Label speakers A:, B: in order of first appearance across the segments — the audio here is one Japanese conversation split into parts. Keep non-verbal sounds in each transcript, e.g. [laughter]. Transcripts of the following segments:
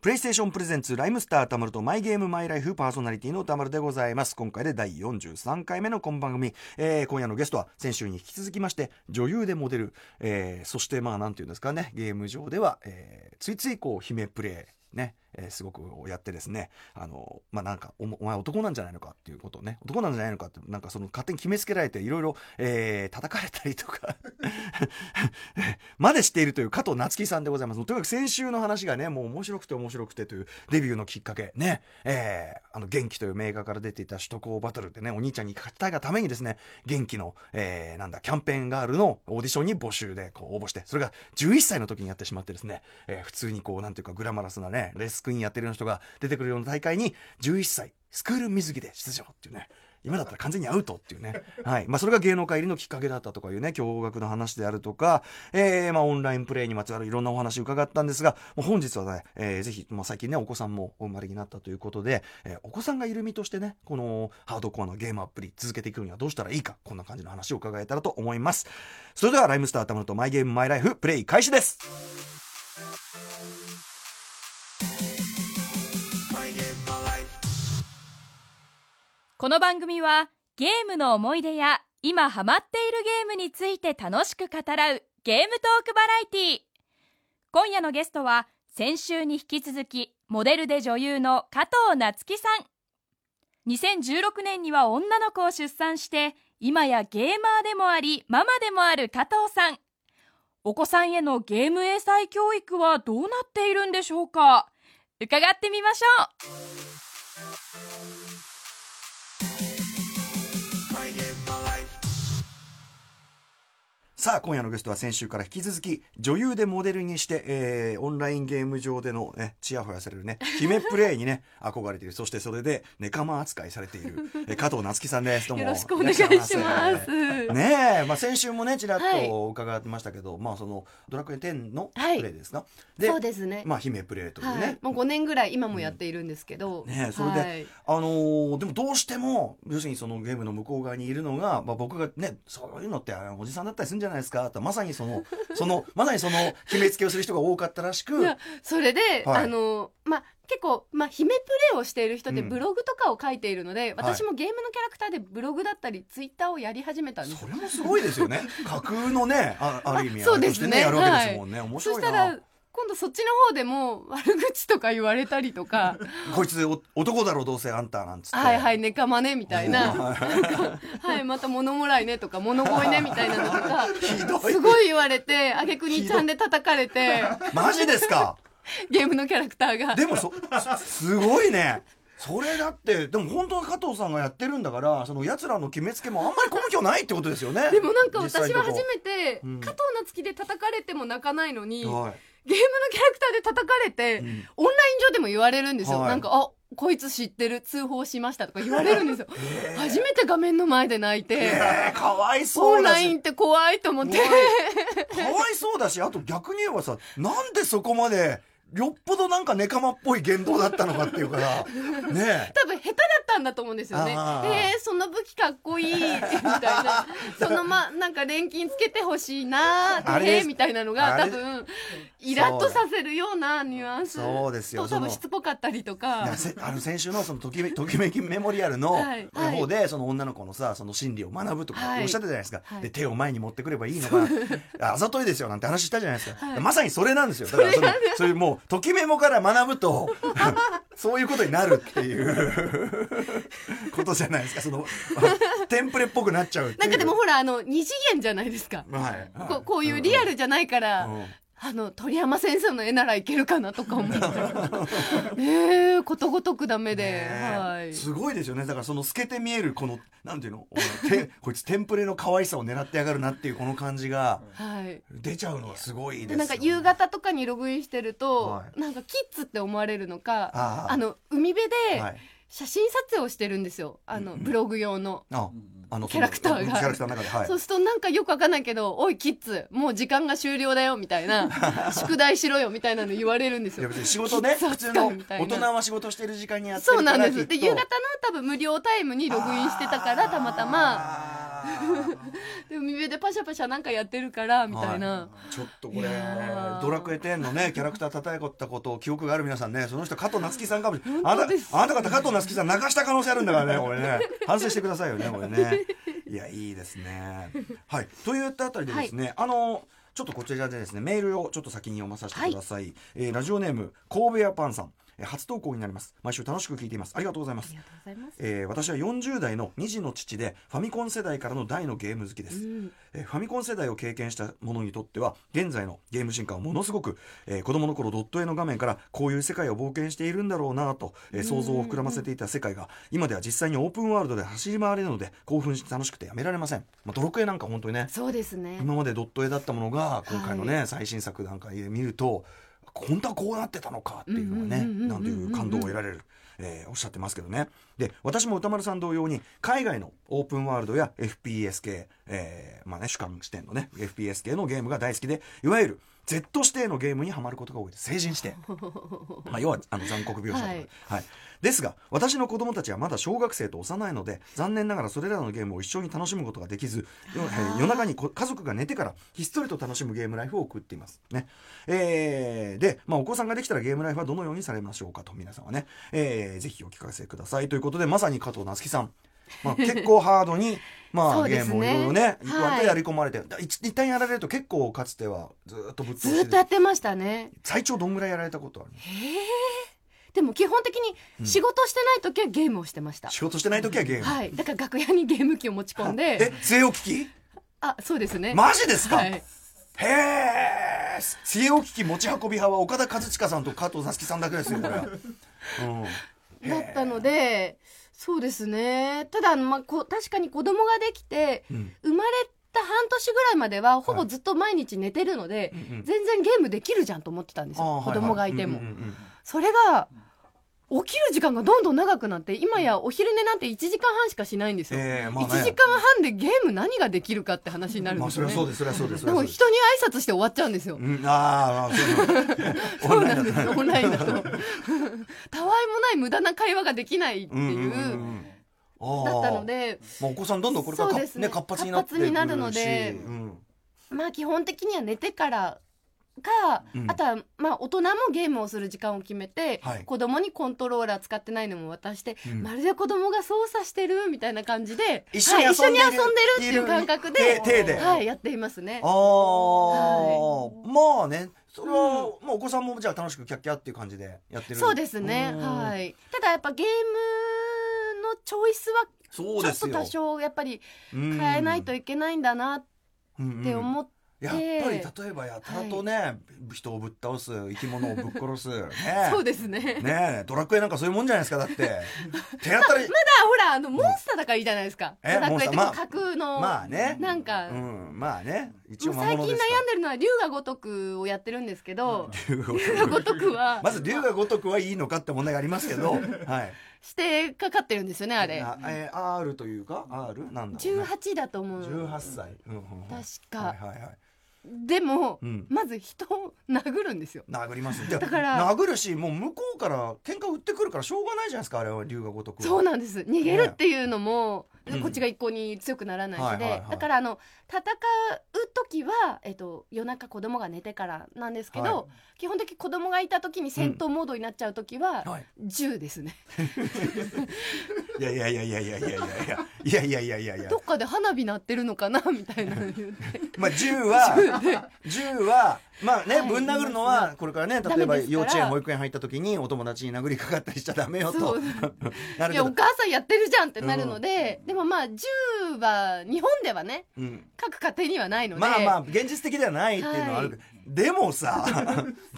A: プレイステーションプレゼンツライムスターたまるとマイゲームマイライフパーソナリティのたまるでございます今回で第43回目のこの番組、えー今夜のゲストは先週に引き続きまして女優でモデル、えーそしてまあなんていうんですかねゲーム上では、えーついついこう姫プレイねえーすごくやってですねあのまあなんかおもお前男なんじゃないのかっていうことをね男なんじゃないのかってなんかその勝手に決めつけられていろいろえー叩かれたりとか [laughs] までしているという加藤夏樹さんでございますとにかく先週の話がねもう面白くて面白くてというデビューのきっかけねえーあの元気という名画から出ていた首都高バトルでねお兄ちゃんに勝ちたいがためにですね元気の、えーなんだキャンペーンガールのオーディションに募集でこう応募してそれが11歳の時にやってしまってですね、えー普通にこうなんていうかグラマラスなねレースクイーンやってるような人が出てくるような大会に11歳スクール水着で出場っていうね今だったら完全にアウトっていうね、はいまあ、それが芸能界入りのきっかけだったとかいうね驚愕の話であるとか、えーまあ、オンラインプレイにまつわるいろんなお話伺ったんですがもう本日はね、えーぜひ、まあ、最近ねお子さんもお生まれになったということで、えーお子さんがいる身としてねこのハードコアのゲームアプリ続けていくにはどうしたらいいかこんな感じの話を伺えたらと思いますそれではライムスターたまるとマイゲームマイライフプレイ開始です
B: この番組はゲームの思い出や今ハマっているゲームについて楽しく語らうゲームトークバラエティー今夜のゲストは先週に引き続きモデルで女優の加藤夏樹さん2016年には女の子を出産して今やゲーマーでもありママでもある加藤さんお子さんへのゲーム英才教育はどうなっているんでしょうか伺ってみましょう
A: さあ今夜のゲストは先週から引き続き女優でモデルにして、えーオンラインゲーム上での、ね、チヤホヤされるね姫プレイにね [laughs] 憧れているそしてそれで仲間扱いされてい
C: [laughs]
A: るえー加藤夏樹さんですどうも
C: よろしくお願いします。
A: いらっしゃい
C: [laughs]
A: ませねえ、まあ、先週もねちらっと伺ってましたけど、まあその「ドラクエ10」のプレイですか、で
C: そうですね。
A: まあ姫プレイというね、
C: はい。もう五年ぐらい今もやっているんですけど。
A: うんねえそれで
C: はい
A: あのーでもどうしても要するにそのゲームの向こう側にいるのが、まあ、僕がねそういうのってあのおじさんだったりするんじゃないですかとまさにそ
C: [laughs]
A: のそのまさにその決めつけをする人が多かったらしく、
C: いやそれで、
A: はい
C: あのまあ結構まあ姫プレイをしている人って
A: うん
C: ブログとかを書いているので、私もゲームのキャラクターでブログだったりツイッターをやり始めたんです
A: そ
C: よ。
A: れもすごいです
C: [laughs]
A: よね架空のねあある意味
C: あそうですね
A: あれとしてやるわけですもんね、面
C: そ
A: 白
C: し
A: いな
C: たら今度そっちの方でも [laughs] 悪口とか言われたりと
A: [laughs]
C: か
A: こいつお男だろどうせあんたなんつって
C: はいはいネカマネみたいな
A: はい
C: はいまた物もらいねとか物乞いねみたいなのとか
A: [laughs] [laughs] ひどい
C: すごい言われて挙句にちゃんで叩かれて
A: マジですか
C: ゲームのキャラクターが。
A: でもそ、すごいね。それだって、でも本当は加藤さんがやってるんだから、その奴らの決めつけもあんまり根拠ないってことですよね。
C: でもなんか
A: 実際
C: 私
A: の
C: は
A: とこ
C: 初めて
A: う
C: 加
A: ん
C: 藤夏樹で叩かれても泣かないのに、ゲームの
A: はい。
C: キャラクターで叩かれて、
A: うん
C: オンライン上でも言われるんですよ、
A: はい
C: なんか「あこいつ知ってる通報しました」とか言われるんですよ、初めて画面の前で泣いて、
A: えー、かわい
C: オ
A: そ
C: ン
A: うだ
C: ラ
A: し。
C: インって怖いと思って
A: 怖いかわいそうだし、あと逆に言えばさ、なんでそこまで、よっぽどなんかネカマっぽい言動だったのかっていうから、ねえ。
C: 多分下手だったんだと思うんですよね。
A: あー
C: えー、その武器かっこいいみたい
A: [laughs]
C: な。そのま、なんか錬金つけてほしいな
A: あ
C: ー
A: れで
C: て
A: す
C: みたいなの
A: あ
C: が
A: れ
C: 多分、イラッとさせるようなニュアンス
A: そうですよ
C: と
A: そ
C: [laughs] 多
A: の
C: 分しつぽかったりとか
A: いや。せ [laughs] あの先週のそのときめときめきメモリアルの
C: はいはい
A: 方でその女の子のさその心理を学ぶとか
C: はい
A: おっしゃってたじゃないですか、
C: はい
A: で手を前に持ってくればいいのかな [laughs] あざといですよなんて話したじゃないですか、
C: はい
A: まさにそれなんですよだからそのそういうもうときメモから学ぶと [laughs] そういうことになるっていう [laughs] ことじゃないですかその [laughs] あテンプレっぽくなっちゃうって
C: ない
A: うん
C: かでもほらあの二次元じゃないですか。
A: はいはい
C: ここういうリアルじゃないから、
A: うん
C: あの鳥山先生の絵ならいけるかなとか思ってね [laughs] えことごとくダメで、
A: ねえ
C: はい
A: すごいですよねだからその透けて見えるこのなんていうのお前て [laughs] こいつテンプレの可愛さを狙ってやがるなっていうこの感じが
C: はい。
A: 出ちゃうのがすごいです
C: で
A: よ、
C: な
A: ね、
C: んか夕方とかにログインしてると、
A: はい
C: なんかキッズって思われるのか
A: あ
C: あ
A: ー
C: の海辺
A: は
C: で
A: い、
C: 写真撮影をしてるんですよあのブログ用の。
A: ああの
C: キャラクターが
A: そのキャラクターの中ではい
C: そうするとなんかよくわかんないけど「おいキッズもう時間が終了だよ」みたい
A: [laughs]
C: な「宿題しろよ」みたいなの言われるんです
A: いや
C: よ
A: 別。に仕事
C: [laughs]
A: ね
C: キッズ
A: 普通の
C: 扱いみた
A: 大
C: いな
A: 人は仕事してる時間にやってる
C: そう
A: から
C: なんです。
A: き
C: で
A: っと
C: [laughs] 夕方の多分無料タイムにログインしてたからたまたま
A: あ
C: で海辺でパシャパシャなんかやってるからみたいな、
A: ちょっとこれ
C: いやー
A: ドラクエ10のねキャラクター叩いたことを記憶がある皆さんねその人加藤夏樹さんかもしれないあな
C: 本当
A: た
C: です
A: あなた方加藤夏樹さん泣かした可能性あるんだ
C: [laughs]
A: からねこれね反省してくださいよねこれねいやいいですねはいといったあたりでですね、あのちょっとこちらでですねメールをちょっと先に読まさせてください、えーラジオネーム神戸屋パンさんえー初投稿になります毎週楽しく聞いていますありがとうございます
C: ありがとうございます、
A: えー私は40代の2児の父でファミコン世代からの大のゲーム好きです、
C: うん
A: えーファミコン世代を経験した者にとっては現在のゲーム進化はものすごく、えー子供の頃ドット絵の画面からこういう世界を冒険しているんだろうなと、えー想像を膨らませていた世界が今では実際にオープンワールドで走り回れるので興奮して楽しくてやめられません、まあ、ドロクエなんか本当にね
C: そうですね
A: 今までドット絵だったものが今回のね、最新作なんかで見ると本当はこうなってたのかっていうのがね
C: うんうんうんうんうんうん
A: なんていう感動を得られる。えーおっしゃってますけどねで私も歌丸さん同様に海外のオープンワールドや FPS 系、えーまあね、主観視点のね FPS 系のゲームが大好きでいわゆる Z 指定のゲームにはまることが多いです成人指定まあ、要はあの残酷描写とか、は
C: はいい
A: ですが私の子供たちはまだ小学生と幼いので残念ながらそれらのゲームを一緒に楽しむことができず、よえー夜中にこ家族が寝てからひっそりと楽しむゲームライフを送っています、ねえーで、まあ、お子さんができたらゲームライフはどのようにされましょうかと皆さんはね、えーぜひお聞かせくださいということでまさに加藤夏樹さん、まあ、
C: [laughs]
A: 結構ハードに、ま
C: そ
A: あ、
C: う
A: ゲ
C: で
A: ー
C: すね
A: ムをいろいろね、
C: はい
A: 割とやり込まれてだ一一旦やられると結構かつてはずーっとぶっ通
C: ず
A: し
C: ーっと
A: て
C: やってましたね
A: 最長どんぐらいやられたことある
C: でも基本的
A: うん
C: に仕事してない時はゲームをしてました、
A: 仕事してない時はゲーム、
C: はいだから楽屋にゲーム機を持ち込ん
A: え
C: で
A: 据え置き
C: あそうですね
A: 機マジですか、
C: はい
A: へえ据え置き機持ち運び派は岡田和親さんと加藤夏樹さんだけですよこれ
C: [laughs]
A: は、うん
C: だったのでそうですねただあの、まあ、こう確かに子供ができて
A: うん
C: 生まれた半年ぐらいまではほぼずっと毎日寝てるので、
A: うんうん
C: 全然ゲームできるじゃんと思ってたんです
A: あー
C: よ子供がいても、
A: ははうんうんうん
C: それが起きる時間がどんどん長くなって今やお昼寝なんて1時間半しかしないんですよ、
A: えーまあ
C: 1
A: ね
C: 時間半でゲーム何ができるかって話になるん
A: まあ
C: です
A: そ
C: よ
A: れは
C: ね、
A: そうですそれはそうですそ
C: で
A: れはそう
C: も
A: です
C: 人に挨拶して終わっちゃうんですよ、
A: うん、あーあ
C: [laughs]
A: ーそう
C: そう
A: な
C: なんん
A: だ
C: ですよオンラインだとたわいもない無駄な会話ができないって
A: うん
C: いううん
A: うんうんあー
C: だったので
A: まあ、お子さんどんどんこれからか
C: そうです
A: ね、
C: ね
A: 活発になってく
C: 活発になるので
A: しうん
C: まあ基本的には寝てからか、
A: うん
C: あとはまあ大人もゲームをする時間を決めて、
A: はい
C: 子供にコントローラー使ってないのも渡して、
A: うん
C: まるで子供が操作してるみたいな感じで
A: 一緒に
C: は
A: 遊
C: い
A: んでる,、
C: 一緒に遊んでるっていう感覚で
A: 手手で、
C: はい、やっていますね
A: あ。あ、まあねそれは、まあ、お子さんもじゃあ楽しくキャッキャっていう感じでやってる
C: そうですね、
A: うん
C: はい、ただやっぱゲームのチョイスは
A: そう
C: ちょ
A: で
C: っ
A: す
C: と
A: よ
C: 多少やっぱり
A: 変
C: 変えないといけないんだなっ
A: って
C: 思って、
A: やっぱり例えばやたらとね、人をぶっ倒す生き物をぶっ殺
C: [laughs]
A: すね
C: そうですね。
A: ねえドラクエなんかそういうもんじゃないですかだって
C: [laughs]
A: 手当たり
C: あほらあのモンスターだからいいじゃないですか。
A: え
C: ドラクエって
A: モンスターまあ
C: 架空の、
A: まあね
C: なんか、
A: う
C: もうん
A: まあね一応魔
C: 最
A: 物
C: 近
A: です
C: 悩んで
A: から
C: るのは龍が如くをやってるんですけど、
A: 竜が如
C: 龍が如くは
A: まず [laughs] 竜が如くはいいのかって問題がありますけどはい
C: 指定かかってるんですよ [laughs] ねあれ。
A: なえー R というか R なんだろう、
C: 18
A: ね、
C: だと思う。
A: 18歳、うんうんうん
C: 確か、
A: はいはいはい
C: でも、
A: うん
C: まず人を殴るんですよ。
A: 殴りますだ
C: だから
A: 殴るしもう向こうから喧嘩売ってくるからしょうがないじゃないですかあれは龍が如くは
C: そうなんです逃げるっていうのも、
A: うん
C: こっちが一向に強くならないの
A: はい
C: で、
A: はいはい
C: だからあの戦う時は、えっと、夜中子供が寝てからなんですけど、
A: は
C: 基本的に子供がいた時に戦闘モードになっちゃう時は、
A: はい
C: 銃ですね
A: いやいやいやいやいやいやいやいやいやいやいやいやいや
C: どっかで花火鳴ってるのかなみたいなの言
A: [laughs]
C: って
A: まあ銃は銃はまあね
C: はい
A: ぶん殴るのはこれからね
C: ダ
A: 例え
C: メです
A: ば
C: か
A: 幼
C: ら
A: 稚園保育園入った時にお友達に殴りかかったりしちゃダメよ
C: そ
A: と
C: う
A: なるけ
C: いやお
A: ど
C: 母さんやってるじゃんってなるので、でもまあ銃は日本ではね
A: うん
C: 各家庭にはないので、
A: まあまあ現実的ではないっていうのはあるけどでもさ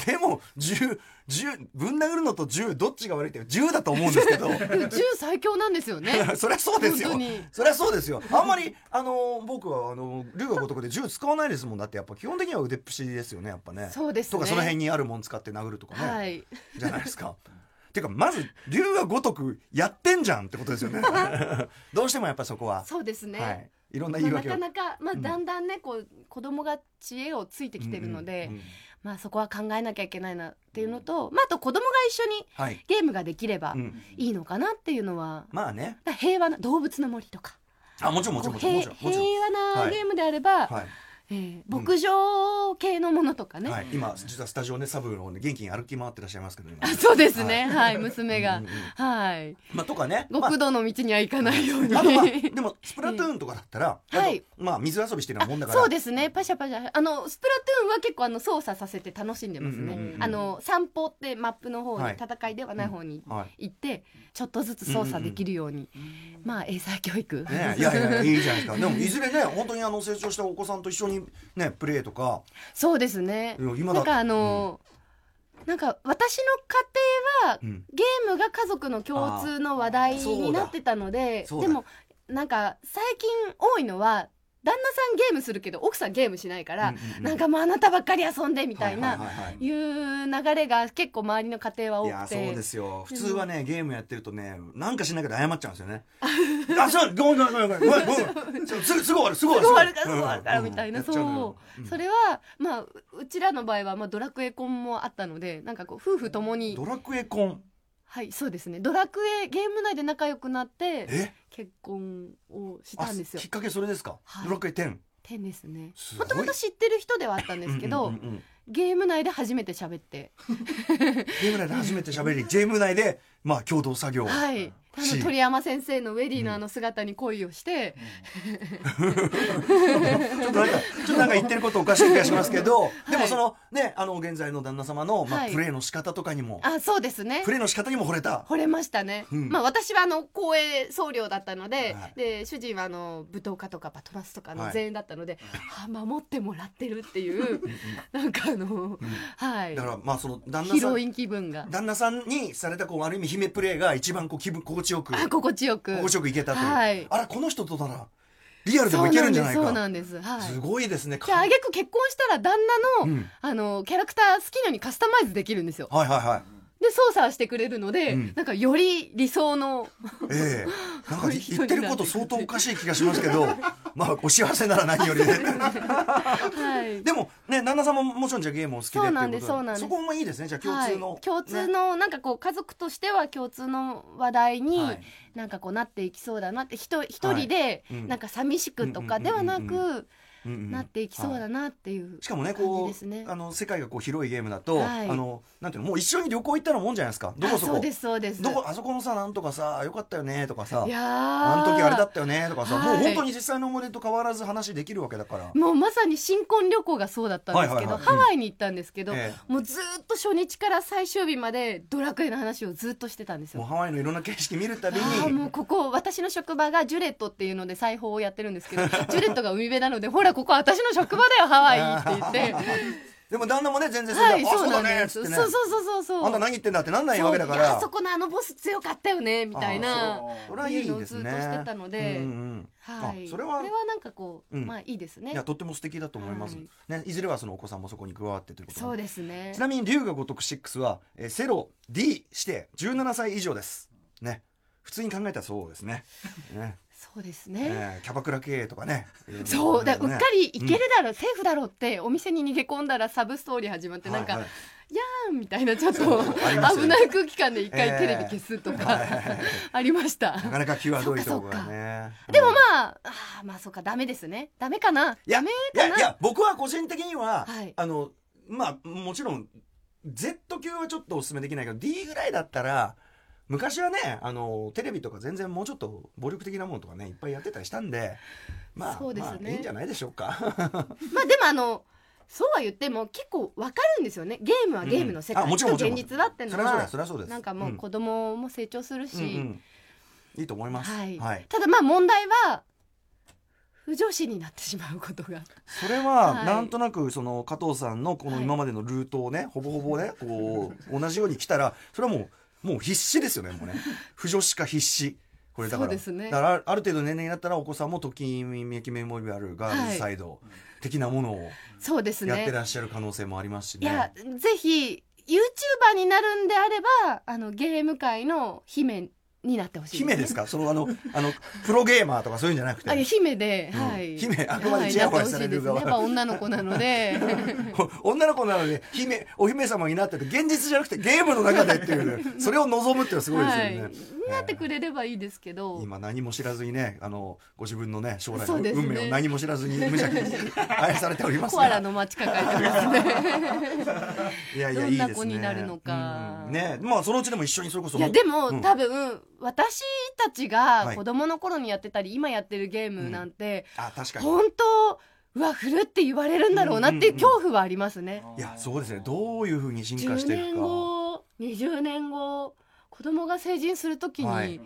A: でも銃銃ぶん殴るのと銃どっちが悪いって銃だと思うんですけど
C: でも銃最強なんですよね
A: そりゃ [laughs] そうですよ
C: 本当に
A: そりゃそうですよあんまりあの僕はあの龍が如くで銃使わないですもんだってやっぱ基本的には腕っぷしですよねやっぱね
C: そうですね
A: とかその辺にあるもん使って殴るとかね、
C: はい
A: じゃないですか。 [laughs] てかまず龍が如くやってんじゃんってことですよね。 [laughs] どうしてもやっぱそこは、
C: そうですね、
A: はい、いろんな
C: ま
A: 言
C: あ
A: い
C: な
A: 訳を
C: か。なか、まあ、
A: うん
C: だんだんね、こう子供が知恵をついてきてるので、
A: うんうんうん
C: まあ、そこは考えなきゃいけないなっていうのと、まあ、あと子供が一緒に
A: はい、
C: ゲームができれば
A: うん
C: いいのかなっていうのは、
A: まあね。
C: だから平和な動物の森とか
A: あもちろんもち
C: こ
A: ろ
C: うん
A: もちろんもちろんも
C: 平
A: ちろん
C: 平和
A: は
C: ないゲームであれば、
A: はい
C: えー牧場系のものとかね、
A: はい、今実はスタジオねサブの方ね元気に歩き回ってらっしゃいますけど今
C: あそうですねはい、娘が、
A: うんうんうん
C: はい
A: まあとかねまあ
C: 極道の道には行かないように、
A: あとまあ
C: [laughs]
A: でもスプラトゥーンとかだったら、あの
C: はい
A: まあ水遊びしてるようなもんだから
C: そうですねパシャパシャあのスプラトゥーンは結構あの操作させて楽しんでますね、
A: うんうんうんうん
C: あの散歩ってマップの方に、
A: はい
C: 戦いではない方に
A: はい
C: 行ってちょっとずつ操作できるように、まあ英才教育、
A: ね、いやいやいいじゃないですかでもいずれね本当にあの成長したお子さんと一緒にねプレーとか
C: [laughs] そうですね
A: いや今だ
C: なんかあのーなんか私の家庭は
A: うん
C: ゲームが家族の共通の話題になってたので
A: そうだ
C: でもなんか最近多いのは旦那さんゲームするけど奥さんゲームしないから、
A: うんうんうん
C: なんかもうあなたばっかり遊んでみたいな、
A: はいはいはいはい
C: いう流れが結構周りの家庭はい多
A: や
C: く
A: そうで
C: て。
A: すよ普通はねゲームやってるとねなんかしなきゃ謝っちゃうんですよ
C: [laughs]
A: ねあそうごめんごめんごめんごめんごめんごめんすぐすぐ終わるすぐ終
C: すぐ終
A: わ
C: わ
A: る
C: るからすぐ終わるからみたいな、そう、そ
A: れ
C: れはまあううちらの場合はまあドラクエ婚もあったのでなんかこう夫婦ともに
A: ドラクエ婚
C: はいそうですねドラクエゲーム内で仲良くなって
A: え
C: 結婚をし
A: あ
C: たんですよ
A: きっかけそれですか
C: はい
A: ドラクエ10
C: 天ですね
A: すご
C: も
A: い
C: ともと知ってる人ではあったんですけど、
A: うんうんうんうん
C: ゲーム内で初めて喋って
A: ゲーム内で初めて喋りゲーム内でまあ共同作業
C: はいあ
A: し
C: の鳥山先生のウェディのあの姿に恋をして、
A: ちょっとなんか、ちょっとなんか言ってることおかしい気がしますけど、でもその、ね、あの、現在の旦那様の、まあ、
C: はい
A: プレイの仕方とかにも、
C: あそうですね
A: プレイの仕方にも惚れた。
C: 惚れましたね、
A: うん
C: まあ私はあの公営僧侶だったので,、
A: はい
C: で主人はあの舞踏家とかバトラスとか
A: は
C: の
A: い
C: 全員だったので、あ守ってもらってるっていうなんかあの、はい
A: だから、まあ、その、旦那
C: ヒ
A: さ
C: ロ
A: ん、
C: イン気分が
A: 旦那さんにされた、こう、ある意味、姫プレイが一番、こう、気分、心地よく、
C: あ心地よく
A: 心地よくいけたという。
C: はい
A: あら、この人となら、リアルで
C: そ
A: もい
C: う
A: け
C: な
A: るん
C: ん
A: じ
C: で
A: ゃな
C: す
A: い
C: そう
A: か。
C: なんですはい
A: すごいですね。
C: であげく結婚したら旦那の,、
A: うん
C: あのキャラクター好きなようにカスタマイズできるんですよ
A: はいはいはい。
C: で操作してくれるので、
A: うん
C: なんかより理想の
A: え
C: [laughs]
A: えなんか
C: 一
A: 言
C: 人
A: ってること相当おかしい気がしますけど、 [laughs] まあ、お幸せなら何
C: [laughs]
A: よりで。
C: はい
A: [laughs] でもね旦那さんももちろんじゃあゲームを好きでってい
C: そうう
A: こ
C: な
A: と
C: んですそうなんです
A: そこもいいですねじゃあ共通の、
C: はい、共
A: ね
C: 通のなんかこう家族としては共通の話題に
A: はい
C: なんかこうなっていきそうだなってひと一人で
A: うん
C: なんか寂しくとかではな
A: うんうんうん
C: く
A: うんうん
C: なっていきそう
A: は
C: だなっていう
A: いしかもね
C: 感
A: こ
C: じ
A: う
C: ですね
A: あの世界がこう広いゲームだと、
C: はい
A: あのなんていうのもう一緒に旅行行ったらもんじゃないですかどこそ
C: あ
A: こ
C: うですそうです
A: どこあそこのさなんとかさよかったよねとかさ
C: いやー
A: あの時あれだったよねとかさ、
C: はい
A: もう本当に実際の思い出と変わらず話できるわけだから。
C: もうまさに新婚旅行がそうだったんですけど、
A: はいはいはい
C: ハワイに行ったんですけど、
A: え
C: もうずーっと初日から最終日までドラクエの話をずっとしてたんです
A: もう
C: よ。
A: ハワイのいろんな景色見るたびに
C: あーもうここ私の職場がジュレットっていうので裁縫をやってるんですけ
A: [laughs]
C: どジュレットが海辺なのでほらここ私の職場だよハワイって言って
A: でも旦那もね全然それで、
C: はい
A: あ
C: そ
A: そうう
C: な
A: だ
C: ん
A: ねっ
C: で
A: つ
C: す、
A: ってね
C: そうそうそうそうそう
A: あんた何言ってんだってなんないわけだか
C: そういや
A: ら
C: あそこのあのボス強かったよねみたいな
A: それはいいですね
C: っていうのをずっとしてたので
A: うんうん
C: はい
A: あそれは
C: なんかこう、
A: うん
C: まあいいですね
A: いやとっても素敵だと思います、
C: はい
A: ね、いずれはそのお子さんもそこに加わってということ
C: そうですね
A: ちなみに龍が如く6は、えー、セロ D して17歳以上ですね普通に考えたらそうですねね、
C: そうですね、
A: えーキャバクラ経営とかね
C: そうだ、
A: ね
C: うっかりいけるだろう、セーフだろうってお店に逃げ込んだらサブストーリー始まってなんか、
A: はいはい
C: あんみたいなちょっと
A: ありますよね
C: [laughs] 危ない空気感で一
A: ええ
C: 回テレビ消すとか、ありました
A: なかなか際どいところがね
C: でもまああーまあそうかダメですねダメかない
A: や
C: ダメ
A: い
C: か
A: や
C: ない
A: や僕は個人的には、
C: はい
A: あのまあもちろん Z 級はちょっとお勧めできないけど D ぐらいだったら昔はねあのテレビとか全然もうちょっと暴力的なものとかねいっぱいやってたりしたんでまあ
C: そうですね
A: まあ、いいんじゃないでしょうか
C: まあでもあのそうは言っても結構わかるんですよねゲームはゲームの世界、
A: うんあもちろんもちろん
C: 現実はって
A: そ
C: の
A: りゃそうだ
C: は
A: よそりゃそうです
C: なんかもう
A: こ
C: 子供も成長するし、
A: うんうんいいと思います、
C: はい
A: はい、
C: ただまあ問題は不女子になってしまうことが
A: それは、
C: はい
A: なんとなくその加藤さんのこの
C: はい
A: 今までのルートをね、ほぼほぼねこう同じように来たらそれはもうもう必死ですよねもうね不女子化必死これだから
C: そうですね
A: だからある程度年齢になったらお子さんもときめきメモリアルガールズサイド的なものを
C: そうです
A: やって
C: ね
A: らっしゃる可能性もありますし
C: い
A: ね。
C: やぜひ YouTuber になるんであればあのゲーム界の姫になってほしい
A: 姫ですか [laughs] そのあのあのプロゲーマーとかそういうんじゃなくて
C: あいや姫で、
A: うん
C: はい
A: 姫あくまで
C: はい
A: チヤホヤされる側
C: なってほしいですねやっぱ女の子なので
A: 女の子なので [laughs]
C: [laughs]
A: 姫お姫様になってて現実じゃなくてゲームの中でっていうそれを望むっていうのはすごいですよね。
C: はい、にになってくれればいいですけど、
A: 今何も知らずにねあのご自分のね将来の
C: そうですね
A: 運命を何も知らずに
C: [laughs]
A: 無邪気に愛されております
C: コアラ
A: が
C: の街抱えてますね。
A: いやいや
C: ど
A: いいで
C: んな
A: すね
C: 子になるのか
A: うんねまあそのうちでも一緒にそれ [laughs] こそ
C: いやでも、
A: うん
C: 多分私たち
A: はい
C: が子供の頃にやってたり、今やってるゲームなんて、
A: あ確かに
C: 本当うわ振るって言われるんだろうなっていう
A: うんうんうん
C: 恐怖はありますね、
A: いやそうですねどういうふうに進化し
C: 10
A: てい
C: 年
A: くか
C: 後20年後子供が成人するときに、
A: はい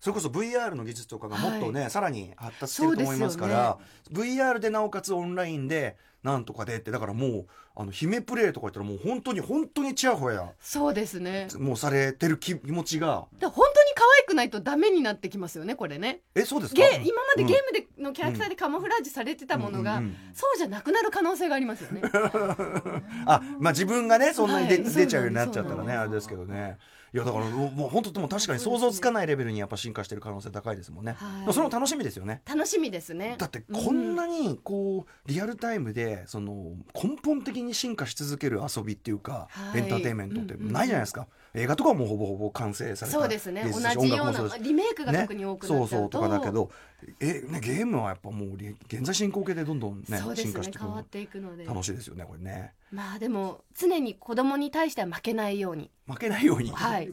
A: それこそ VR の技術とかがもっとね、さらに発達してると思いますから
C: そ
A: VR でなおかつオンラインでなんとかでってだからもうあの姫プレイとか言ったらもう本当に本当にちやほや
C: そうですね
A: もうされてる気気持ちが
C: だから本当に可愛くないとダメになってきますよねこれね
A: えそうですか
C: ゲー今まで
A: うん
C: ゲームでのキャラクターでカモフラージュされてたものが、
A: うんうんうん
C: そうじゃなくなる可能性があります
A: [laughs]
C: よね
A: あまあ自分がねそんなに出,、
C: はい
A: 出ちゃうようになっちゃったら
C: そうなんで
A: ね
C: す
A: あれですけどねいやだからもうもう本当でも確かに想像つかないレベルにやっぱ進化してる可能性高いですもんね、
C: はい
A: まあそれも楽しみですよね
C: 楽しみですね
A: だってこんなにこうリアルタイムでその根本的に進化し続ける遊びっていうか、
C: はい
A: エンターテインメントってないじゃないですか、映画とかはもうほぼほぼ完成された
C: そうですね
A: 芸
C: 同
A: 術だし
C: じよう
A: 音楽も
C: な
A: そうだし
C: リメイクが特に多くな
A: そう
C: っちゃ
A: そうう
C: と
A: とかだけどえ、ね、ゲームはやっぱもうり現在進行形でどんどんね
C: そうです
A: 進化し
C: ね
A: ていく
C: 変わっ
A: の
C: ていくので
A: 楽しいですよねこれね
C: まあでも常に子供に対しては負けないように
A: 負けないように、
C: はい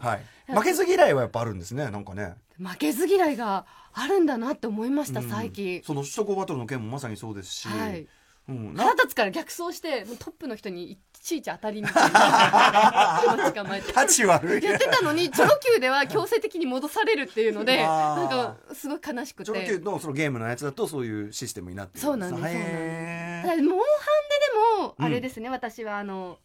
A: 負けず嫌いはやっぱあるんですねなんかね
C: 負けず嫌いがあるんだなって思いました
A: うん
C: 最近、
A: その首都高バトルの件もまさにそうですし、
C: はい
A: うん、な
C: 腹立つから逆走してもうトップの人にいちいち当たりに行って
A: [laughs]
C: 待ち構えて
A: 立ち悪い
C: やってたの
A: [laughs]
C: にチョロ Q では強制的に戻されるっていうので
A: あー
C: なんかすごい悲しく
A: 上級
C: て
A: のそのゲームのやつだとそういうシステムになってる
C: そうなんです
A: へ
C: た
A: え
C: だモンハンででも
A: うん
C: あれですね、私はあの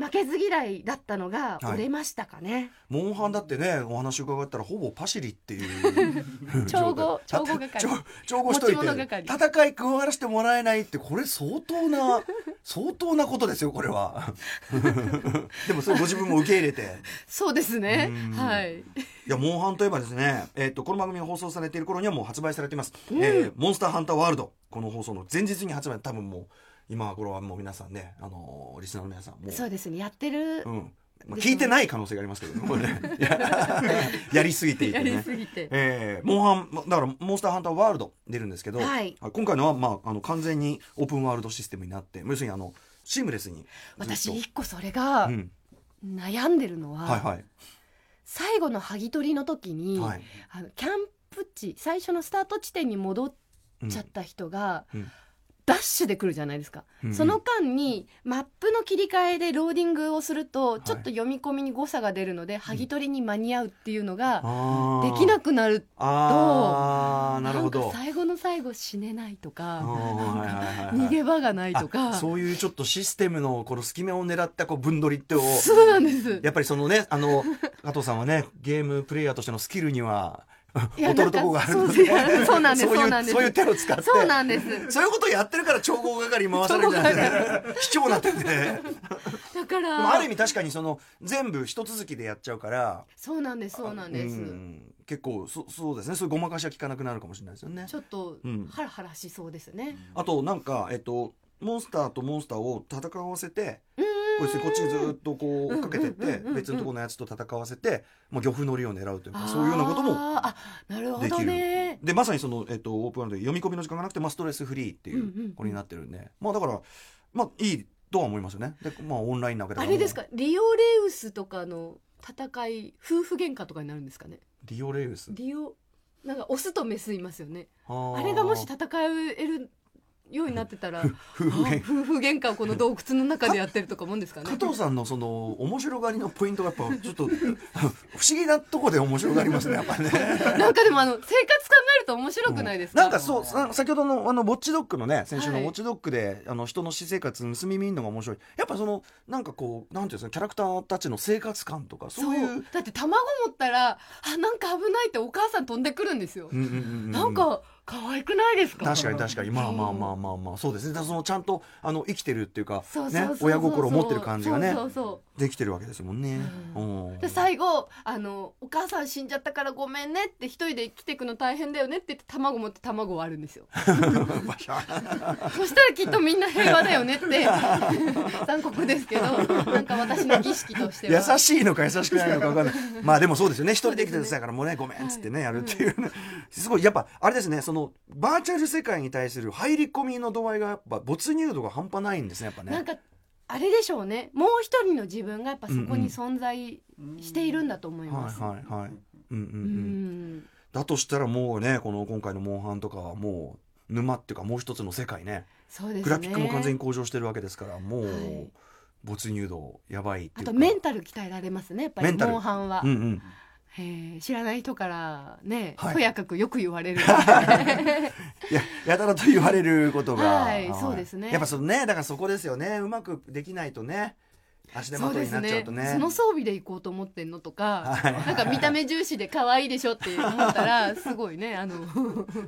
C: 負けず嫌いだったの
A: は
C: が
A: い
C: 折れましたかね、
A: モンハンだってねお話伺ったらほぼパシリっていう
C: [laughs] 調合
A: 状態
C: 調合係
A: 調調合しとい
C: 持ち物
A: て
C: 係
A: 戦い加わらせてもらえないってこれ相当
C: [laughs]
A: な相当なことですよこれは [laughs] でもそれご自分も受け入れて
C: そうですね
A: うん
C: はい
A: いや、モンハンといえばですね、えっ、と、この番組が放送されている頃にはもう発売されています。えーモンスターハンターワールド。この放送の前日に発売、多分もう、今頃はもう皆さんね、あのーリスナーの皆さん、もう、
C: そうですねやってる、
A: うん。まあ、聞いてない可能性がありますけどね、これね。 [laughs] いややりすぎていて
C: [laughs] やり
A: ね。
C: すぎて
A: えーモンハン、だから、モンスターハンターワールド出るんですけど、
C: はい
A: あ今回のは、まあ、あの、完全にオープンワールドシステムになって、要するに、あの、シームレスにずっと。
C: 私一個それが
A: うん。
C: 悩んでるのは、
A: はいはい。
C: 最後の剥ぎ取りの時に、
A: はい。
C: あのキャンプ地最初のスタート地点に戻っ
A: うん
C: ちゃった人が、
A: うん
C: ダッシュで来るじゃないですか、
A: うん
C: その間にマップの切り替えでローディングをするとちょっと読み込みに誤差が出るので、剥ぎ取りに間に合うっていうのが
A: あ
C: で
A: ー
C: きなくなる
A: あーなるほ
C: ん
A: ど
C: か最後の最後死ねないと
A: うん
C: か、
A: はいはいはいはい
C: 逃げ場がないとか
A: あ
C: そう
A: そういうちょっとシステムのこの隙間を狙ったこう分取りってを
C: なんです
A: やっぱりそのねあの加藤さんはねゲームプレイヤーとしてのスキルには
C: いや
A: 劣るとこがあるの
C: なんかそうい
A: で [laughs]
C: やそうなんです
A: そう
C: そうなん
A: い
C: で
A: う
C: す
A: そういう手を使って
C: そうなんです
A: そういうことをやってるから調合係に回されるんじゃないですか卑怯な手
C: [laughs]
A: でで
C: だ
A: も
C: から
A: ある意味確かにその全部一続きでやっちゃうから
C: そうなんですそうなんです、
A: うん結構そそうですねそういうごまかしは効かなくなるかもしれないですよね
C: ちょっと
A: うん
C: ハラハラしそうですね、
A: あとなんか、えっと、モンスターとモンスターを戦わせてこいつこっちにずっとこう追っかけてっ
C: うんうんう
A: て
C: んうんうん
A: 別のところのやつと戦わせて、まあ、漁夫の利を狙うという
C: あ
A: か
C: ー
A: そういうようなことも
C: あなるほどね
A: でまさにその、えっと、オープンワールドで読み込みの時間がなくて、まあ、ストレスフリーってい
C: うんうんう
A: うんこれになってるんで、まあだからまあいいとは思いますよねで、まあ、オンラインなわけだ
C: あ
A: から
C: れですかリオレウスとかの戦い夫婦喧嘩とかになるんですかね
A: リオレウス
C: リオなんかオスとメスいますよね
A: あ
C: あ
A: ー
C: れがもし戦えるようになってたらあ
A: [laughs] 夫
C: 夫
A: 婦喧嘩
C: 婦喧嘩をこの洞窟の中でやってるとかもんですかね
A: 加藤さんのその面白がりのポイントがやっぱちょっと [laughs] 不思議なとこで面白がりますねやっぱね。
C: なんかでもあの生活考えると面白くないですか、
A: うんなんかそうさ先ほどのあのウォッチドッグのね先週のウ
C: はい
A: ォッチドッグで、あの人の私生活盗み見るのが面白いやっぱそのなんかこうなんていうんですかキャラクターたちの生活感とかそういう
C: そうだって卵持ったらあなんか危ないってお母さん飛んでくるんですよ、
A: うんうんうんうん
C: なんか可愛くないですか
A: 確かに確かにまあまあまあまあまあそうですねだからそのちゃんとあの生きてるっていうかね親心を持ってる感じがね
C: そうそうそう
A: できてるわけですもんね。うん [laughs]
C: で最後あの「お母さん死んじゃったからごめんね」って一人で生きていくの大変だよねって言って卵持って卵割るんで
A: [laughs]
C: すよそしたらきっとみんな平和だよねって [laughs] 残酷ですけどなんか私の儀式としては
A: 優しいのか優しくないのか分かん [laughs] ないまあでもそうですよね一人で生きてるだからもうねごめんっつってねやるっていうねすごいやっぱあれですねそのバーチャル世界に対する入り込みの度合いがやっぱ没入度が半端ないんですねやっぱ
C: なん
A: ね
C: かあれでしょうねもう一人の自分がやっぱそこに存在しているんだと思い
A: は
C: ま
A: い
C: す。
A: はいはいうんうんう
C: うんん
A: だとしたらもうねこの今回の「モンハン」とかはもう沼っていうかもう一つの世界ね
C: そうですね、
A: グラフィックも完全に向上してるわけですからも
C: は
A: う
C: い
A: 没入度やばいってい
C: あ
A: うか
C: とメンタル鍛えられますねやっぱ
A: メ
C: り
A: ンタル
C: モンハンは、
A: うんうん
C: えー知らない人からね、
A: はい
C: とやかくよく言われ
A: [laughs]
C: る
A: いややたらと言われることが、
C: はいそうですね
A: やっぱそのねだからそこですよねうまくできないとね足手まといになっちゃうとね
C: その装備で行こうと思ってんのとか、
A: はい
C: なんか見た目重視で可愛いでしょって思っ
A: [laughs]
C: たらすごいねあの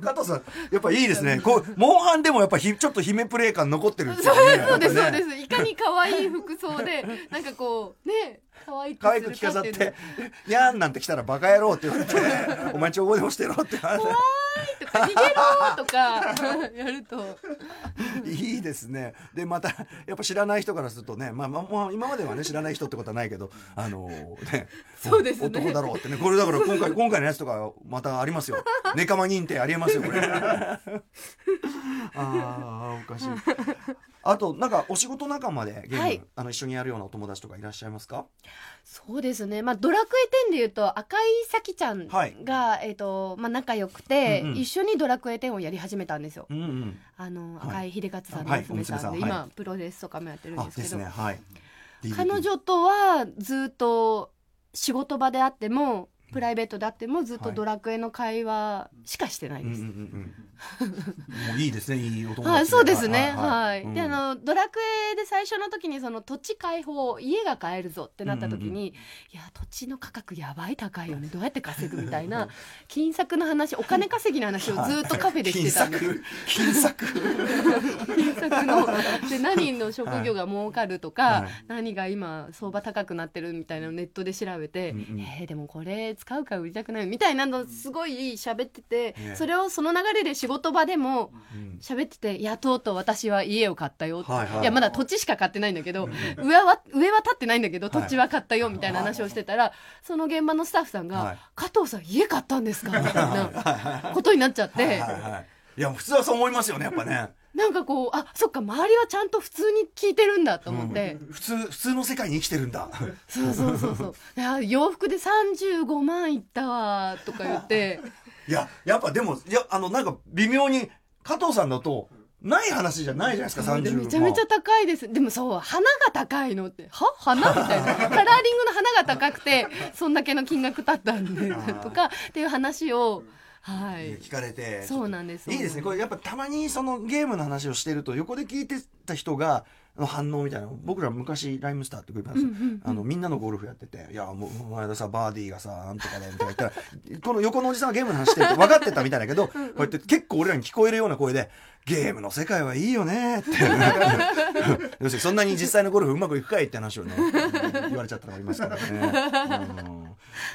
A: 加藤さんやっぱいいですねこうモンハンでもやっぱひちょっと姫プレイ感残ってるんですよね
C: そうです
A: や
C: そ
A: っぱ
C: う
A: ね
C: ですいかに可愛い服装でなんかこうね可愛く
A: 可愛
C: す
A: く
C: る
A: 着飾
C: か
A: っ
C: っていうの
A: て「にゃーん」なんて来たら「バカ野郎」って言われて「お前ちょ覚えでもしてろ」って言われて
C: とか逃げろーとか [laughs] やると
A: いいですね。で、また、やっぱ知らない人からするとね、まあ、まあ、まあ今まではね、知らない人ってことはないけど、あのね、
C: そうですね
A: 男だろうってね、これだから今回、今回のやつとか、またありますよ。ネカマ認定ありえますよ、これ。ああ、おかしい。あと、なんか、お仕事仲間でゲーム、
C: はい
A: あの、一緒にやるようなお友達とかいらっしゃいますか
C: そうですね、まあ、ドラクエ10でいうと赤井咲ちゃんが、
A: はい
C: えーとまあ、仲良くて、
A: うんうん
C: 一緒にドラクエ10をやり始めたんですよ
A: うんうん。
C: あの、
A: はい
C: 赤井秀勝さんの
A: はい
C: 娘さんで、
A: お娘さん
C: 今、
A: は
C: プロレスとかもやってるん
A: あ
C: で、すけ
A: です
C: ど、
A: ね、はい。
C: 彼
A: DVD
C: 女とはずっと仕事場であってもプライベートであってもずっとドラクエの会話しかしてない
A: うんうん
C: です。
A: うんうん。もういいですね、いいお友達
C: はい、そうですね。はい。
A: うん
C: で、あの、ドラクエで最初の時に、その土地解放、家が買えるぞってなった時に、
A: うんうんうん
C: いや、土地の価格やばい高いよね。どうやって稼ぐみた
A: [laughs]
C: いな、金策の話、お金稼ぎの話をずっとカフェでしてたんです。
A: 金策
C: 金策
A: [laughs]
C: の。で、何の職業が儲かるとか、
A: はい
C: 何が今、相場高くなってるみたいなのをネットで調べて、
A: うんうん
C: えーでもこれ使うから売りたくないみたいなのすごい喋ってて、
A: ええ
C: それをその流れで仕事場でも、喋ってて、いや、とうとう私は家を買ったよって、
A: はい
C: い
A: はい
C: や、まだ土地しか買ってないんだけど、
A: う
C: [laughs] 上は、上は建ってないんだけど、
A: はい
C: 土地は買ったよみたいな話をしてたら、その現場のスタッフさんが、
A: はい
C: 加藤さん家買ったんですかみたいなことになっちゃって、
A: はいはい、いや普通はそう思いますよねやっぱね
C: なんかこう、あ、そっか、周りはちゃんと普通に聞いてるんだと思って、
A: 普通普通の世界に生きてるんだ [laughs]
C: そうそうそうそう、いや、洋服で35万いったわ、とか言って、
A: いややっぱでもいやあのなんか微妙に加藤さんだとない話じゃないじゃないですか30
C: めちゃめちゃ高いです。でもそう、花が高いのって、は花みたいな。カラーリングの花が高くて、そんだけの金額だったんで
A: ー、
C: とか、っていう話を、は
A: え
C: い
A: ー。聞かれて
C: そうなんです
A: いいですね
C: そう
A: これやっぱたまにそのゲームの話をしてると横で聞いてた人がの反応みたいなの僕ら昔ライムスターってグループなんですよ、あのみんなのゴルフやってて「いやもうこの間さバーディーがさなんとかで」みたいな言ったらこの横のおじさんがゲームの話してるって分かってたみたいだけどこうやって結構俺らに聞こえるような声で「ゲームの世界はいいよね」って [laughs] 要するにそんなに実際のゴルフうまくいくかいって話をね言われちゃったのがありますからね、うん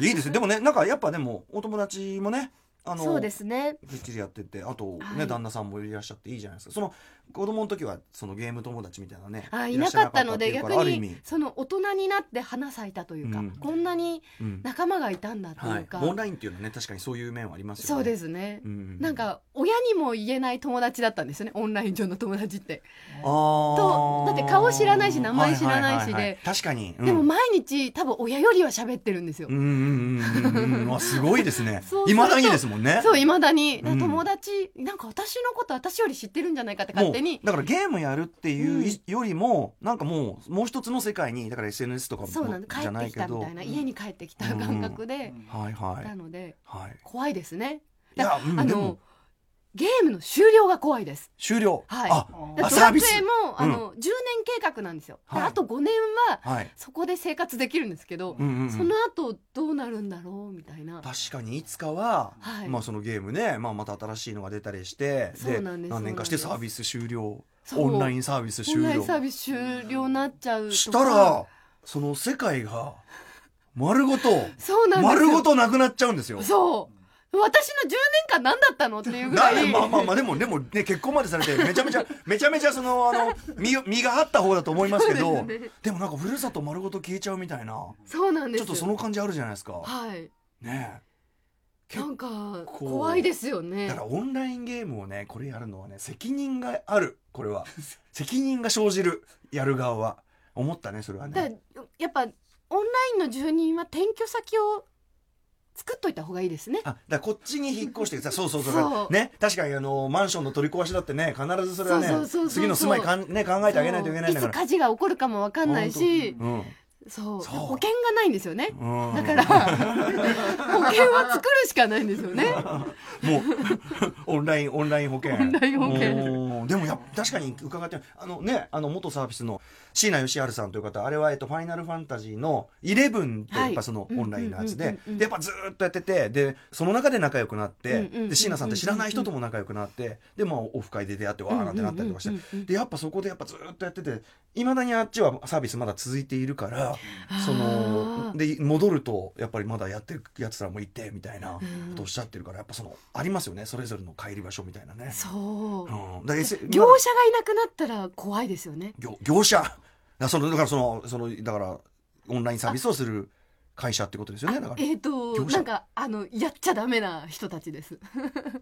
A: いいですねでもねなんかやっぱでもお友達もねあの
C: そうですね。
A: きっちりやっててあとね、
C: はい
A: 旦那さんもいらっしゃっていいじゃないですかその子供の時はそのゲーム友達みたいなね
C: あい
A: ら
C: な
A: っしゃ
C: かったので、
A: ら
C: 逆
A: ある意
C: に
A: 味、、
C: その大人になって花咲いたというか
A: うん、
C: こんなに
A: うん
C: 仲間がいたんだと
A: は
C: いう
A: い、
C: か、
A: オンラインっていうのはね確かにそういう面はありますよね、
C: そうですすね
A: う。ん、
C: なんか、親にも言えない友達だったんですよね、オンライン上の友達って。
A: と
C: とだって顔知らないし名前知らないしで
A: 確かに、うん
C: でも毎日、多分親よりは喋ってるんですよ
A: う。んうんうんうんうんうわすごいですね
C: [laughs] そう
A: い
C: すると
A: まだにですもんね
C: そう、いまだに。
A: うん
C: 友達、なんか私のこと私より知ってるんじゃないかって勝手
A: も
C: に
A: う。だからゲームやるっていういよりも、なんかもうもう一つの世界にだから SNS とかも
C: そうなんで
A: じ
C: 帰
A: ゃ
C: っ
A: な
C: て
A: い
C: き
A: け
C: た
A: ど
C: みたいな、家に帰ってきた感覚で、
A: はいは
C: ないので、
A: はい
C: 怖いですね。
A: いや、うん
C: あ
A: でも
C: の、ゲームの終了が怖いです。
A: 終了、
C: はい
A: あ
C: [laughs] ド
A: あ
C: ラク
A: サービス
C: エも、
A: うん
C: あの、10年計画なんですよ。で
A: はい
C: あと5年は、
A: はい
C: そこで生活できるんですけど
A: う、んうんうん
C: その後どうなるんだろう、みたいな。
A: 確かにいつかは、
C: はい
A: まあ、そのゲームね、まあ、また新しいのが出たりして
C: そうなんです
A: 何年かしてサ
C: そう
A: ー
C: なん
A: ビス終了
C: そう
A: オンラインサービス
C: オ
A: 終
C: ンライ
A: 了
C: ンサービス終了になっちゃうとか
A: したらその世界が丸ごと
C: そうなんですよ
A: 丸ごとなくなっちゃうんですよ。
C: そう私の10年間何だったのっていうぐ
A: な
C: らい
A: まあまあ
C: [laughs]
A: まあでもでもね結婚までされてめちゃめちゃめちゃめちゃそのあの身を身が張った方だと思いますけど
C: そうですね
A: でもなんかふるさと丸ごと消えちゃうみたいな
C: そうなんで
A: ち
C: す
A: ょっとその感じあるじゃないですか
C: はい
A: ね結
C: なんか
A: 構
C: 怖いですよ
A: え
C: ね
A: だからオンラインゲームをねこれやるのはね責任があるこ
C: [laughs]
A: れは責任が生じるやる側は思ったねそれは
C: だ
A: ね
C: からやっぱオンラインの住人は転居先を作っといた方がいいですね
A: あだからこっちに引っ
C: [laughs]
A: 越してさそうそうそう
C: そう
A: ね確かにあのマンションの取り壊しだってね必ずそれはね
C: そうそうそうそう
A: 次の住まいかんね考えてあげないといけないんだか
C: そう
A: ら
C: つ火事が起こるかもわかんないし
A: うん
C: そう
A: そう
C: 保険がないんですよね
A: うん
C: だから
A: [laughs]
C: 保険は作るしかないんですよね
A: もう [laughs] オンラインオンライン保険
C: オンライン保険
A: うんでもやっぱ確かに伺ってあのねあの元サービスの椎名義治さんという方あれは、えっと、ファイナルファンタジーの11って
C: はい
A: やっぱその
C: うん
A: オンラインのやつ
C: うんうん
A: で
C: うんうん
A: でやっぱずーっとやっててでその中で仲良くなっ
C: うん
A: て
C: うんうんうん
A: で椎名さんって知らない人とも仲良くなってでまあオフ会で出会ってわーなんてなったりとかし
C: うん
A: て
C: うんうんうん
A: でやっぱそこでやっぱずーっとやってていまだにあっちはサービスまだ続いているからそ
C: あ
A: の
C: ー
A: で戻るとやっぱりまだやってるやつらもいてみたいなこ
C: うん
A: とをおっしゃってるからやっぱそのありますよねそれぞれの帰り場所みたいなね。
C: そう
A: うん、だから S-
C: 業者がいなくなったら怖いですよね
A: 業業者だそのだからそのそのだからオンラインサービスをする会社ってことですよねだから
C: えっ、と
A: 業者
C: なんかあのやっちゃダメな人たちです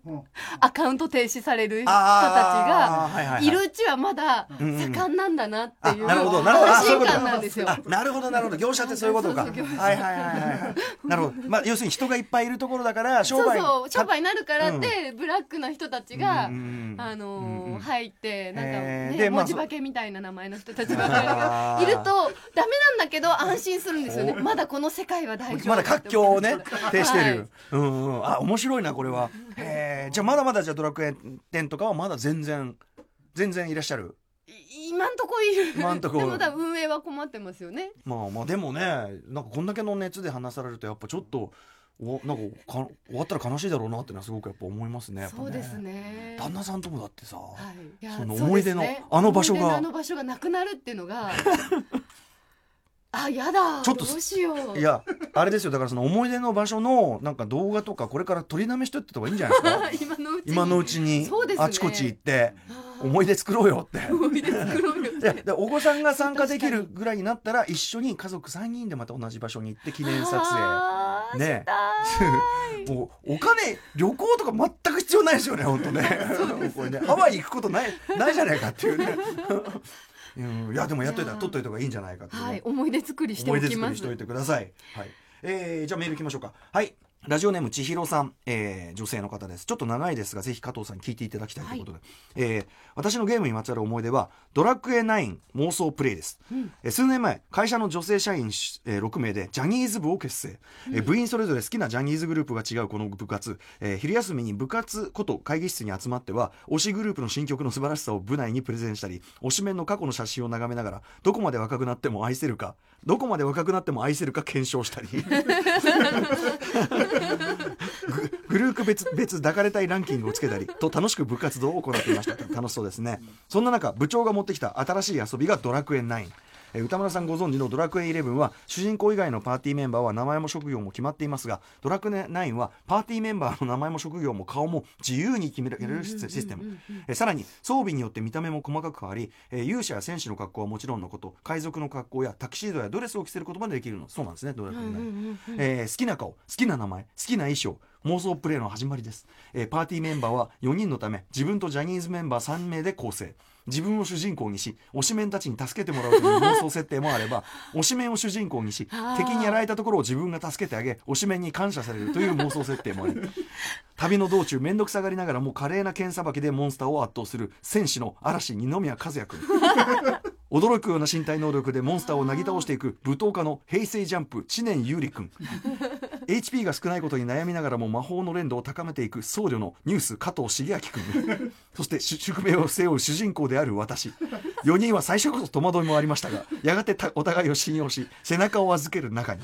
D: うん
C: アカウント停止される人たちが
A: あーはいはいはい
C: るうちはまだ
A: うんうん
C: 盛んなんだなっていう
A: あなるほどなるほどあ
C: 安
A: そういうこ
C: 心
A: と
C: 感なんですよ
A: あなるほどなるほど業者ってそういうことかは
C: そ
A: いう
C: そう
A: は
C: そ
A: い
C: う業者
A: はいはいはいなるほどまあ要するに人がいっぱいいるところだから商
C: そう
A: 売
C: そう商売になるから
A: う
C: っ
A: ん
C: てブラックな人たちが、
A: うん
C: あのー
A: うんうん
C: 入ってなんか、
A: え
C: ね
A: ーでまあ
C: 文字化けみたいな名前の人たちばか
A: [laughs]
C: りがいるとダメなんだけど安心するんですよねまだこの世界は大丈夫
A: まだ活況をね呈して
C: はい
A: る、うんうんあ面白いなこれはへえじゃあまだまだじゃあドラクエ10とかはまだ全然全然いらっしゃる
C: い今んとこいる
A: 今んとこ
C: でも多分運営は困ってますよね
A: まあまあでもねなんかこんだけの熱で話されるとやっぱちょっとおなんかか終わったら悲しいだろうなってのはすごくやっぱ思いますねやっぱ
C: そうですね
A: 旦那さんともだってさ、
C: はいいや
A: その
C: うですね
A: 思い出のあの場所が
C: 思い出のあの場所がなくなるっていうのがあやだ
A: ちょっと
C: どうしよう
A: い、やあれですよだからその思い出の場所のなんか動画とかこれから取りだめしてってた方がいいんじゃない
C: [laughs]
A: ですか
C: 今のうちに
A: 今のうちに
C: そうですね
A: あちこち行って
C: あー
A: 思い出作ろうよって
C: 思い出作ろうよっ
A: いや
C: て
A: でお子さんが参加できるぐらいになったら一緒に家族3人でまた同じ場所に行って記念撮影
C: あー
A: ね [laughs]
C: したー
A: もうお金旅行とか全く必要ないですよ
C: [laughs]
A: ね本当ねもうこれねハワイ行くことないないじゃないかっていうね [laughs] うんいやでもやっといたら
C: いやー
A: 取っといた方がいいんじゃないかっていうね、
C: はい、思い出作りして
A: 思
C: お
A: い出
C: き
A: 作
C: ま
A: りし
C: す
A: ておいてください、はいえーじゃあメールいきましょうかはいラジオネーム千尋さん、えー女性の方ですちょっと長いですがぜひ加藤さんに聞いていただきたいということで、えー私のゲームにまつわる思い出は「ドラクエ9妄想プレイ」です、
C: うん
A: えー数年前会社の女性社員、えー6名でジャニーズ部を結成、えー部員それぞれ好きなジャニーズグループが違うこの部活、えー昼休みに部活こと会議室に集まっては推しグループの新曲の素晴らしさを部内にプレゼンしたり推しメンの過去の写真を眺めながらどこまで若くなっても愛せるかどこまで若くなっても愛せるか検証したりグループ別別抱かれたいランキングをつけたりと楽しく部活動を行っていました楽しそうですねそんな中部長が持ってきた新しい遊びが「ドラクエ9」えー歌村さんご存知の「ドラクエ11」は主人公以外のパーティーメンバーは名前も職業も決まっていますが「ドラクエ9」はパーティーメンバーの名前も職業も顔も自由に決められるシステムえーさらに装備によって見た目も細かく変わり、えー勇者や戦士の格好はもちろんのこと海賊の格好やタキシードやドレスを着せることまでできるのそうなんですねドラクエ9。えー好きな顔好きな名前好きな衣装妄想プレイの始まりです、えーパーティーメンバーは4人のため自分とジャニーズメンバー3名で構成自分を主人公にし推しメンたちに助けてもらうとい
C: [laughs]
A: う妄想設定もあれば推しメンを主人公にし
C: あー
A: 敵にやられたところを自分が助けてあげ推しメンに感謝されるという妄想設定もあ
C: [laughs]
A: り旅の道中面倒くさがりながらも華麗な剣さばきでモンスターを圧倒する戦士の嵐二宮和
C: [laughs]
A: 也君驚くような身体能力でモンスターをなぎ倒していく舞踏家の平成ジャンプ知念優里君 HP が少ないことに悩みながらも魔法の連動を高めていく僧侶のニュース加藤茂明君そしてし宿命を背負う主人公である私4人は最初こそ戸惑いもありましたがやがてたお互いを信用し背中を預ける中に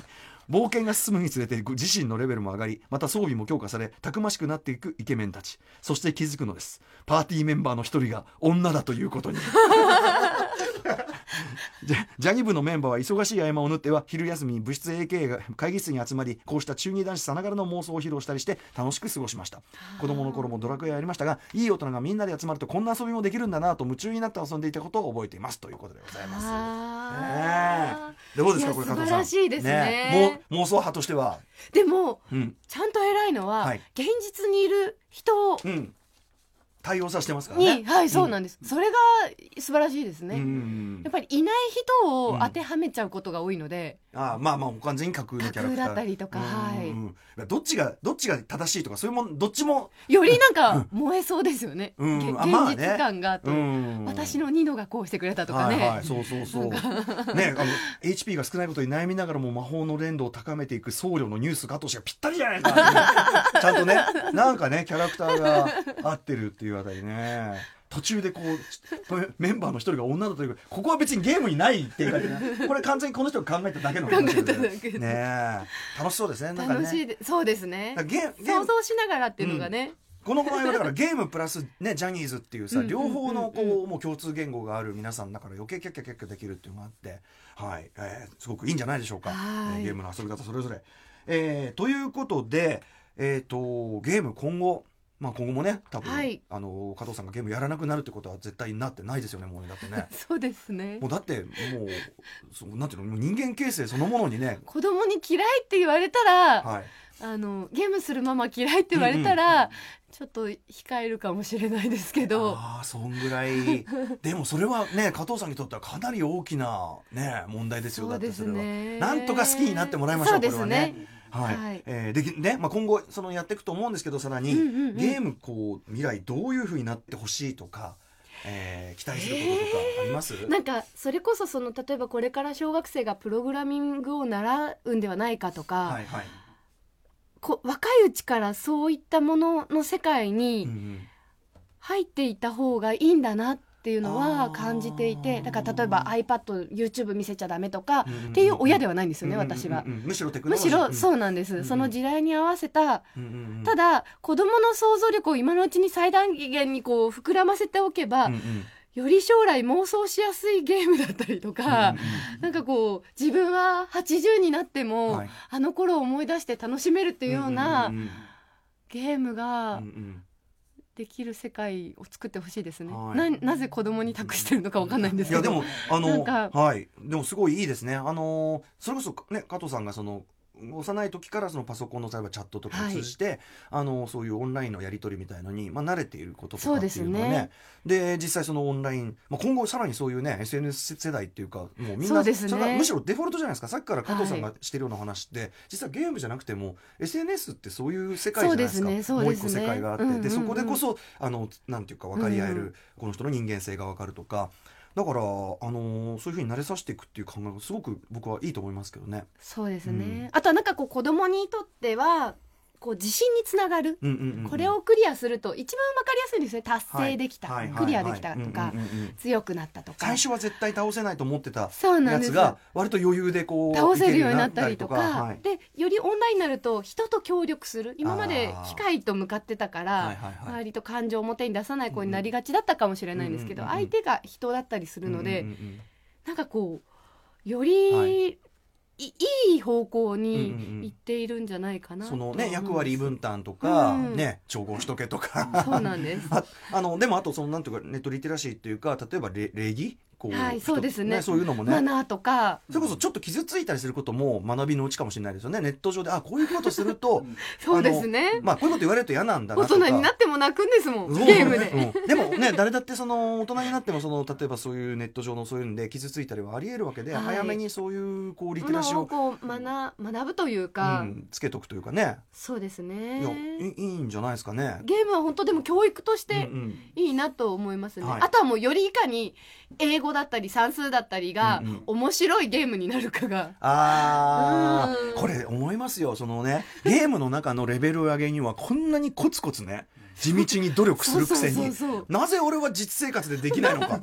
A: 冒険が進むにつれて自身のレベルも上がりまた装備も強化されたくましくなっていくイケメンたちそして気づくのですパーティーメンバーの一人が女だということに [laughs] ジャジャニ部のメンバーは忙しい合間を縫っては昼休みに部室 AK が会議室に集まりこうした中二男子さながらの妄想を披露したりして楽しく過ごしました子供の頃もドラクエやりましたがいい大人がみんなで集まるとこんな遊びもできるんだなと夢中になって遊んでいたことを覚えていますということでございます。ね
C: あ
A: えどうです
C: い
A: か
C: や
A: これ
C: 素
A: 加藤
C: 晴
A: さん
C: らしいですね
A: ねもう妄想派としては、
C: ーでも
A: うん
C: ちゃんと偉いのは、
A: はい
C: 現実にいる人
A: うん、対応させてますから
C: に、
A: ね。
C: はいそうなんです、それが素晴らしいですね、
A: うん
C: やっぱりいない人を当てはめちゃうことが多いので、
A: ああまあまあ完全に架空のキャラクター
C: 架空だったりとかはい
A: うんうんどっちがどっちが正しいとかそういうもんどっちも、
C: よりなんか燃えそうですよね、
A: うん
C: げ現
A: あまあね
C: 実感があって、
A: うん
C: 私のニノがこうしてくれたとかね、
A: はいはい、そうそうそうねあの HP が少ないことに悩みながらも魔法の連動を高めていく僧侶のニュースがとしてはぴったりじゃないですか
C: [laughs]
A: ちゃんとねなんかねキャラクターが合ってるっていうあたりね途中でこうメンバーの一人が女だというここは別にゲームにないっていう感じねこれ完全にこの人が考えただけの話で
C: 考えただけ
A: ねえ楽しそうですねなんかね
C: 楽しいでそうですね
A: だからゲーゲー
C: 想
A: ム
C: 像しながらっていうのがね、
A: この場合はだ
C: [laughs]
A: からゲームプラス、ね、ジャニーズっていうさ
C: うんうんうん
A: 両
C: うん
A: 方のこうもう共通言語がある皆さんだから余計キャッキャキャッキャできるっていうのがあって、はいえーすごくいいんじゃないでしょうか、
C: は
A: え
C: い
A: ーゲームの遊び方それぞれ。えーということで、えー、とゲーム今後、まあ、今後もね多分、
C: はい。
A: あの加藤さんがゲームやらなくなるってことは絶対になってないですよねもうねだってね
C: そうですね
A: もうだってもうそうなんていうのもう人間形成そのものにね、
C: 子供に嫌いって言われたら、
A: はい、
C: あのゲームするママ嫌いって言われたら、ちょっと控えるかもしれないですけど
A: ああそんぐら
C: [laughs]
A: いでもそれはね加藤さんにとってはかなり大きなね問題ですよ
C: そうです
A: だってそ
C: ね
A: れはなんとか好きになってもらいましょう
C: そうで
A: こ
C: す
A: れは
C: ね
A: ねはい、
C: はい
A: えーできね、まあ、今後そのやっていくと思うんですけどさらに、
C: うんうんうん
A: ゲームこう未来どういうふうになってほしいとか、えー期待することとかあります、
C: なんかそれこそその例えばこれから小学生がプログラミングを習うんではないかとか、
A: はいはい、
C: こ若いうちからそういったものの世界
A: うんう
C: に
A: ん
C: 入っていた方がいいんだなっていうの
A: あ
C: は
A: ー
C: 感じていてだから例えば iPadYouTube 見せちゃダメとか
A: うんうんうん
C: っていう親ではないんですよね私は
A: うん。うんうんむしろテクノロ
C: む
A: ジ
C: し
A: ー
C: ろそうなんで
A: うんう
C: す
A: ん
C: その時代に合わせた
A: うんうんうん
C: ただ子どもの想像力を今のうちに最大限にこう膨らませておけば
A: うんうん
C: より将来妄想しやすいゲームだったりとか
A: うんうん
C: なんかこう自分は80になっても、
A: はい
C: あの頃を思い出して楽しめるっていうような、
A: んん
C: ゲーム
A: うん
C: が
A: うんうん
C: できる世界を作ってほしいですね、
A: はい
C: ななぜ子供に託してるのかわかんないんです
A: い
C: けど
A: やでもあの
C: なん
A: はいでもすごいいいですねあのそれこそね加藤さんがその幼い時からそのパソコンの例えばチャットとかを通じて、あのそういうオンラインのやり取りみたいのに、まあ、慣れていることとか
C: そう
A: って
C: です
A: い
C: ね
A: うのはねで実際そのオンライン、まあ、今後さらにそういうね SNS 世代っていうかもうみんな
C: そうですね
A: れがむしろデフォルトじゃないですかさっきから加藤さんがしてるような話って、実はゲームじゃなくても SNS ってそういう世界じゃないですか
C: そうですねそうです
A: もう一個
C: ね
A: 世界があって、
C: うんうんう
A: で
C: ん
A: そこでこそあのなんていうか分かり合える、
C: うんうん
A: この人の人間性が分かるとかだから、あのーそういうふうに慣れさせていくっていう考えがすごく僕はいいと思いますけどね。
C: そうですね、
A: うん
C: あとはなんかこう子供にとってはこう自信につながる、
A: うんうんうんうん
C: これをクリアすると一番わかりやすいんですね達
A: はい
C: 成できた、
A: はい
C: クリアできたとか、
A: はいはいうんうんうんうん
C: 強くなったとか
A: 最初は絶対倒せないと思ってた
C: そうな
A: や
C: んです
A: つが割と余裕でこう
C: 倒せるようになったりと
A: い
C: か
A: けるようになったり
C: でよりオンラインになると人と協力する今まで機械と向かってたから、
A: はいはいはいはい
C: 周りと感情を表に出さない子になりがちだったかもしれないんですけど、
A: うんうんうん
C: 相手が人だったりするので、
A: うんうんうん
C: なんかこうより、
A: はい
C: い、いい方向に
A: うんうんうん
C: 行っているんじゃないかなと
A: そ
C: は思
A: の
C: うんです、
A: ね役割分担とか、
C: うん
A: ね調合しとけとか
C: そうなんで
A: [laughs]
C: す
A: ああのでもあとそのなんていうかネットリテラシーっていうか例えばれ礼儀こう、
C: はいそうですね
A: そういうのもね
C: マナーとか
A: それこそちょっと傷ついたりすることも学びのうちかもしれないですよね。ネット上で、あ、こういうことする
C: [laughs]
A: と、
C: そうですね
A: まあこういうこと言われると嫌なんだな
C: 大
A: とか。
C: 人になっても泣くんですもん
A: そう
C: ゲームで。
A: うんでもね、誰だってその大人になってもその例えばそういうネット上のそういうんで傷ついたりはあり得るわけで、
C: はい
A: 早めにそういうこうリ
C: も
A: テラシー
C: のを
A: を、
C: こう学学ぶという
A: う
C: か、
A: ん、つけとくというかね。
C: そうです
A: いや
C: ね
A: いいいいんじゃないですかね。
C: ゲームは本当でも教育とし
A: うんう
C: て
A: ん
C: いいなと思いますね、
A: はい
C: あとはもうよりいかに英語だったり算数だったりが
A: うんうん
C: 面白いゲームになるかが、
A: あー
C: うん
A: これ思いますよそのねゲームの中のレベルを上げにはこんなにコツコツね地道に努力するくせ
C: そうそ
A: に
C: うそうそう
A: なぜ俺は実生活でできないの
C: [laughs]
A: か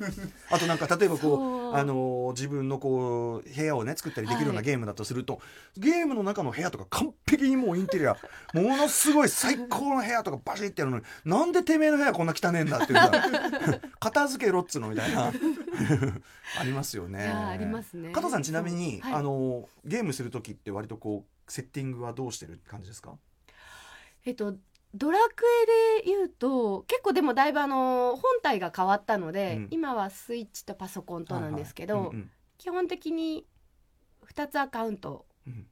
A: あとなんか例えば
C: そ
A: こう
C: う
A: あのー自分のこう部屋をね作ったりできるような
C: はい
A: ゲームだとすると、ゲームの中の部屋とか完璧にもうイン
C: [laughs]
A: テリアものすごい最高の部屋とかバシッてやるのになんでてめえの部屋こんな汚ねえんだっていうさ
C: [laughs]
A: 片付けろっつうのみたいなありますよね
C: いやありますね
A: 加藤さんちなみに、
C: はい
A: あのーゲームする時って割とこうセッティングはどうしてる感じですか
C: えっとドラクエで言うと結構でもだいぶあの本体が変わったので、
A: うん
C: 今はスイッチとパソコンとなんですけど、
A: はいはいうんうん
C: 基本的に2つアカウント
A: うん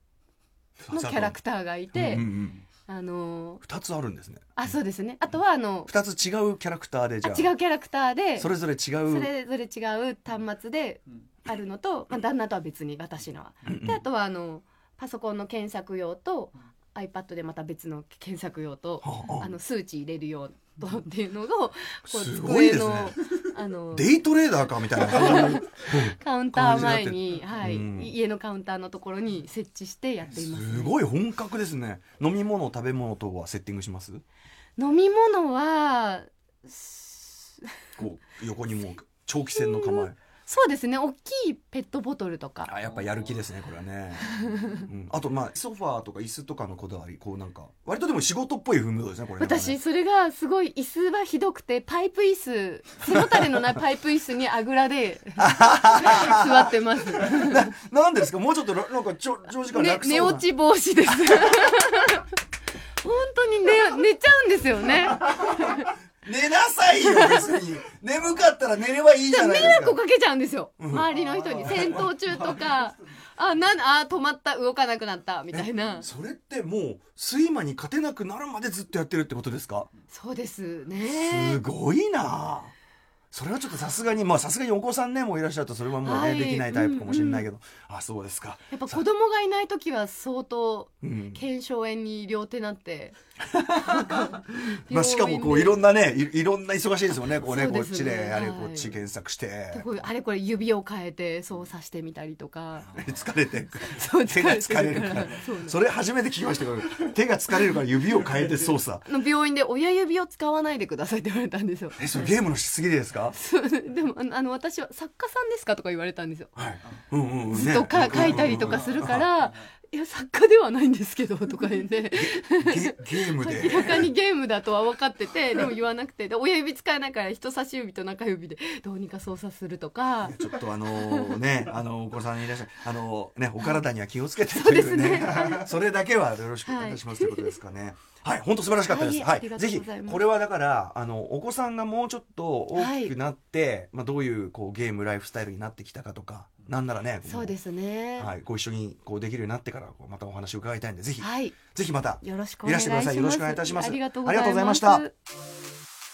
C: のキャラクターがいて、
A: うん
C: あの
A: 二つあるんですね
C: あそうですねあとはあの
A: 二つ違うキャラクターでじ
C: あ
A: ゃあ
C: 違うキャラクターで
A: そ
C: それ
A: れぞれ違う
C: ぞれ違う端末であるのと、まあ、旦那とは別に私のは。
A: うんうん
C: であとはあのパソコンの検索用と
D: うん
C: iPad でまた別の検索用と
A: はあ
C: あの数値入れる用とっていうのをこう
A: すごいですね [laughs]
C: 机のあの
A: デイトレーダーかみたいな感じ
C: カウンター前
A: なっ
C: に、
A: てる
C: はい
A: うん
C: 家のカウンターのところに設置してやっていますね、
A: すごい本格ですね飲み物食べ物とはセッティングします
C: 飲み物はす
A: こう横にもう長期戦の構え
C: そうですね大きいペットボトルとか
A: あやっぱやる気ですねこれはね、うん、あとまあソファーとか椅子とかのこだわりこうなんか割とでも仕事っぽいムードですねこれね
C: 私それがすごい椅子はひどくてパイプ椅子背もたれのないパイプ椅子にあぐ
A: [laughs]
C: らで座ってます
A: なんでですかもうちょっとらなんかちょ長時間
C: ね
A: 楽、そうな
C: 寝落ち防止です本当に寝寝ちゃうんですよね
A: 寝なさいよ別に眠かったら寝ればいいじ
C: [laughs]
A: ゃない
C: 迷
A: です
C: 惑を
A: か
C: かけちゃうんですよ、
A: うん
C: 周りの人に戦闘中とかあなんあ止まった動かなくなったみたいな
A: それってもう睡魔に勝てなくなるまでずっとやってるってことですか
C: そうです
A: す
C: ね
A: ごいなそれはちょっとさすがにまあさすがにお子さんねもういらっしゃるとそれはもうね、
C: はい
A: できないタイプかもしれないけど、あそうですか、
C: やっぱ子供がいない時は相当
A: うん
C: 腱鞘炎に両手なって
A: [laughs] まあ、しかもこうい
C: 病院で
A: ろんなねいいろんな忙しいですもんねこうね
C: そう
A: こ
C: で
A: っ
C: すね
A: ちであれ
C: はい
A: こっち検索して
C: こうあれこれ指を変えて操作してみたりとか
A: 疲れて
C: そう
A: 手が疲れるから
C: そうなんです
A: それ初めて聞きましたけど手が疲れるから指を変えて操作
C: の病院で親指を使わないでくださいって言われたんですよ
A: えそれゲームのしすぎですか
C: そうでもあのあの私は作家さんですかとか言われたんですよ
A: はいうんうんうん
C: ずっとか書いたりとかするから「いや作家ではないんですけど」とか言っ
A: ゲ
C: て
A: ゲームで
C: 明らかにゲームだとは分かっててでも言わなくてで親指使えないから人差し指と中指でどうにか操作するとか
A: ちょっとあの
C: [laughs]
A: ね、あのお子さんいらっしゃる、あのね、お体には気をつけてというね、 [laughs] それだけはよろしくお願いします、ということですかね。はい、本当素晴らしかったです。
C: はい
A: は
C: あり
A: い、
C: がと
A: ぜ
C: う
A: ひ
C: ございます
A: これはだからあのお子さんがもうちょっと大きくなって、まあどういうこうゲームライフスタイルになってきたかとか、なんならね、こ
C: そうですね
A: はい、ご一緒にこうできるようになってからこうまたお話を伺いたいんで、ぜひ、
C: はい
A: ぜひまた
C: よろしくお
A: いら
C: 願い
A: してく
C: し
A: だ
C: ま
A: さい
C: す
A: よろしくお願いいたします
C: ありがとう
A: ありがとうご
C: ご
A: ざ
C: ざ
A: い
C: い
A: ま
C: ま
A: し
C: したた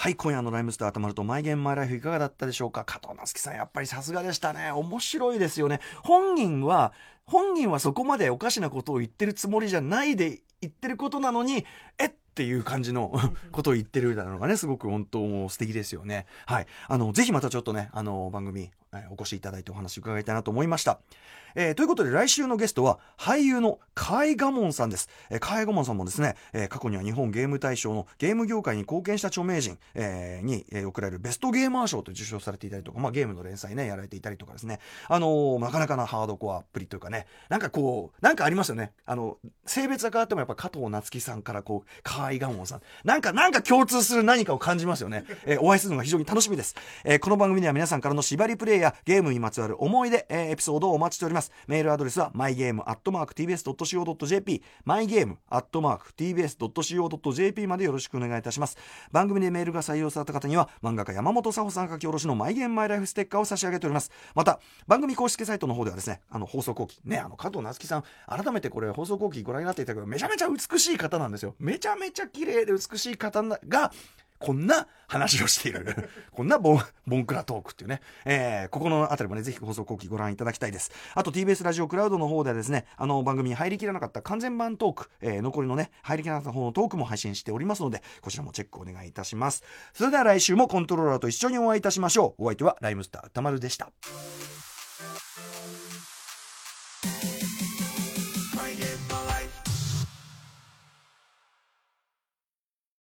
A: はい、今夜のライムスターたまると、マイゲームマイライフいかがだったでしょうか加藤夏樹さん、やっぱりさすがでしたね。面白いですよね。本人は、本人はそこまでおかしなことを言ってるつもりじゃないで言ってることなのに、えっていう感じのことを言ってるだのがね、すごく本当もう素敵ですよね。はい。あの、ぜひまたちょっとね、あの、番組、えーお越しいただいてお話伺いたいなと思いました。えーということで来週のゲストは俳優のカイガモンさんです、えー、カイガモンさんもですね、えー過去には日本ゲーム大賞のゲーム業界に貢献した著名人、えーに、えー贈られるベストゲーマー賞と受賞されていたりとか、まあ、ゲームの連載ねやられていたりとかですねあのーなかなかなハードコアっぷりというかねなんかこうなんかありますよねあの性別が変わってもやっぱ加藤夏樹さんからこうカイガモンさんなんかなんか共通する何かを感じますよね、えーお会いするのが非常に楽しみです、えーこの番組では皆さんからの縛りプレイやゲームにまつわる思い出、えーエピソードをお待ちしておりますメールアドレスは mygame.tbs.co.jp mygame.tbs.co.jp までよろしくお願いいたします番組でメールが採用された方には漫画家山本佐穂さん書き下ろしのマイゲームマイライフステッカーを差し上げておりますまた番組公式サイトの方ではですねあの放送後期ねあの加藤夏樹さん改めてこれ放送後期ご覧になっていただけどめちゃめちゃ美しい方なんですよめちゃめちゃ綺麗で美しい方ながこんな話をしている。 [laughs] こんなボン、ボンクラトークっていうね。えーここのあたりもね、ぜひ放送後期ご覧いただきたいです。あと TBS ラジオクラウドの方ではですね、あの番組に入りきらなかった完全版トーク、えー残りのね、入りきらなかった方のトークも配信しておりますので、こちらもチェックお願いいたします。それでは来週もコントローラーと一緒にお会いいたしましょう。お相手はライムスター歌丸でした。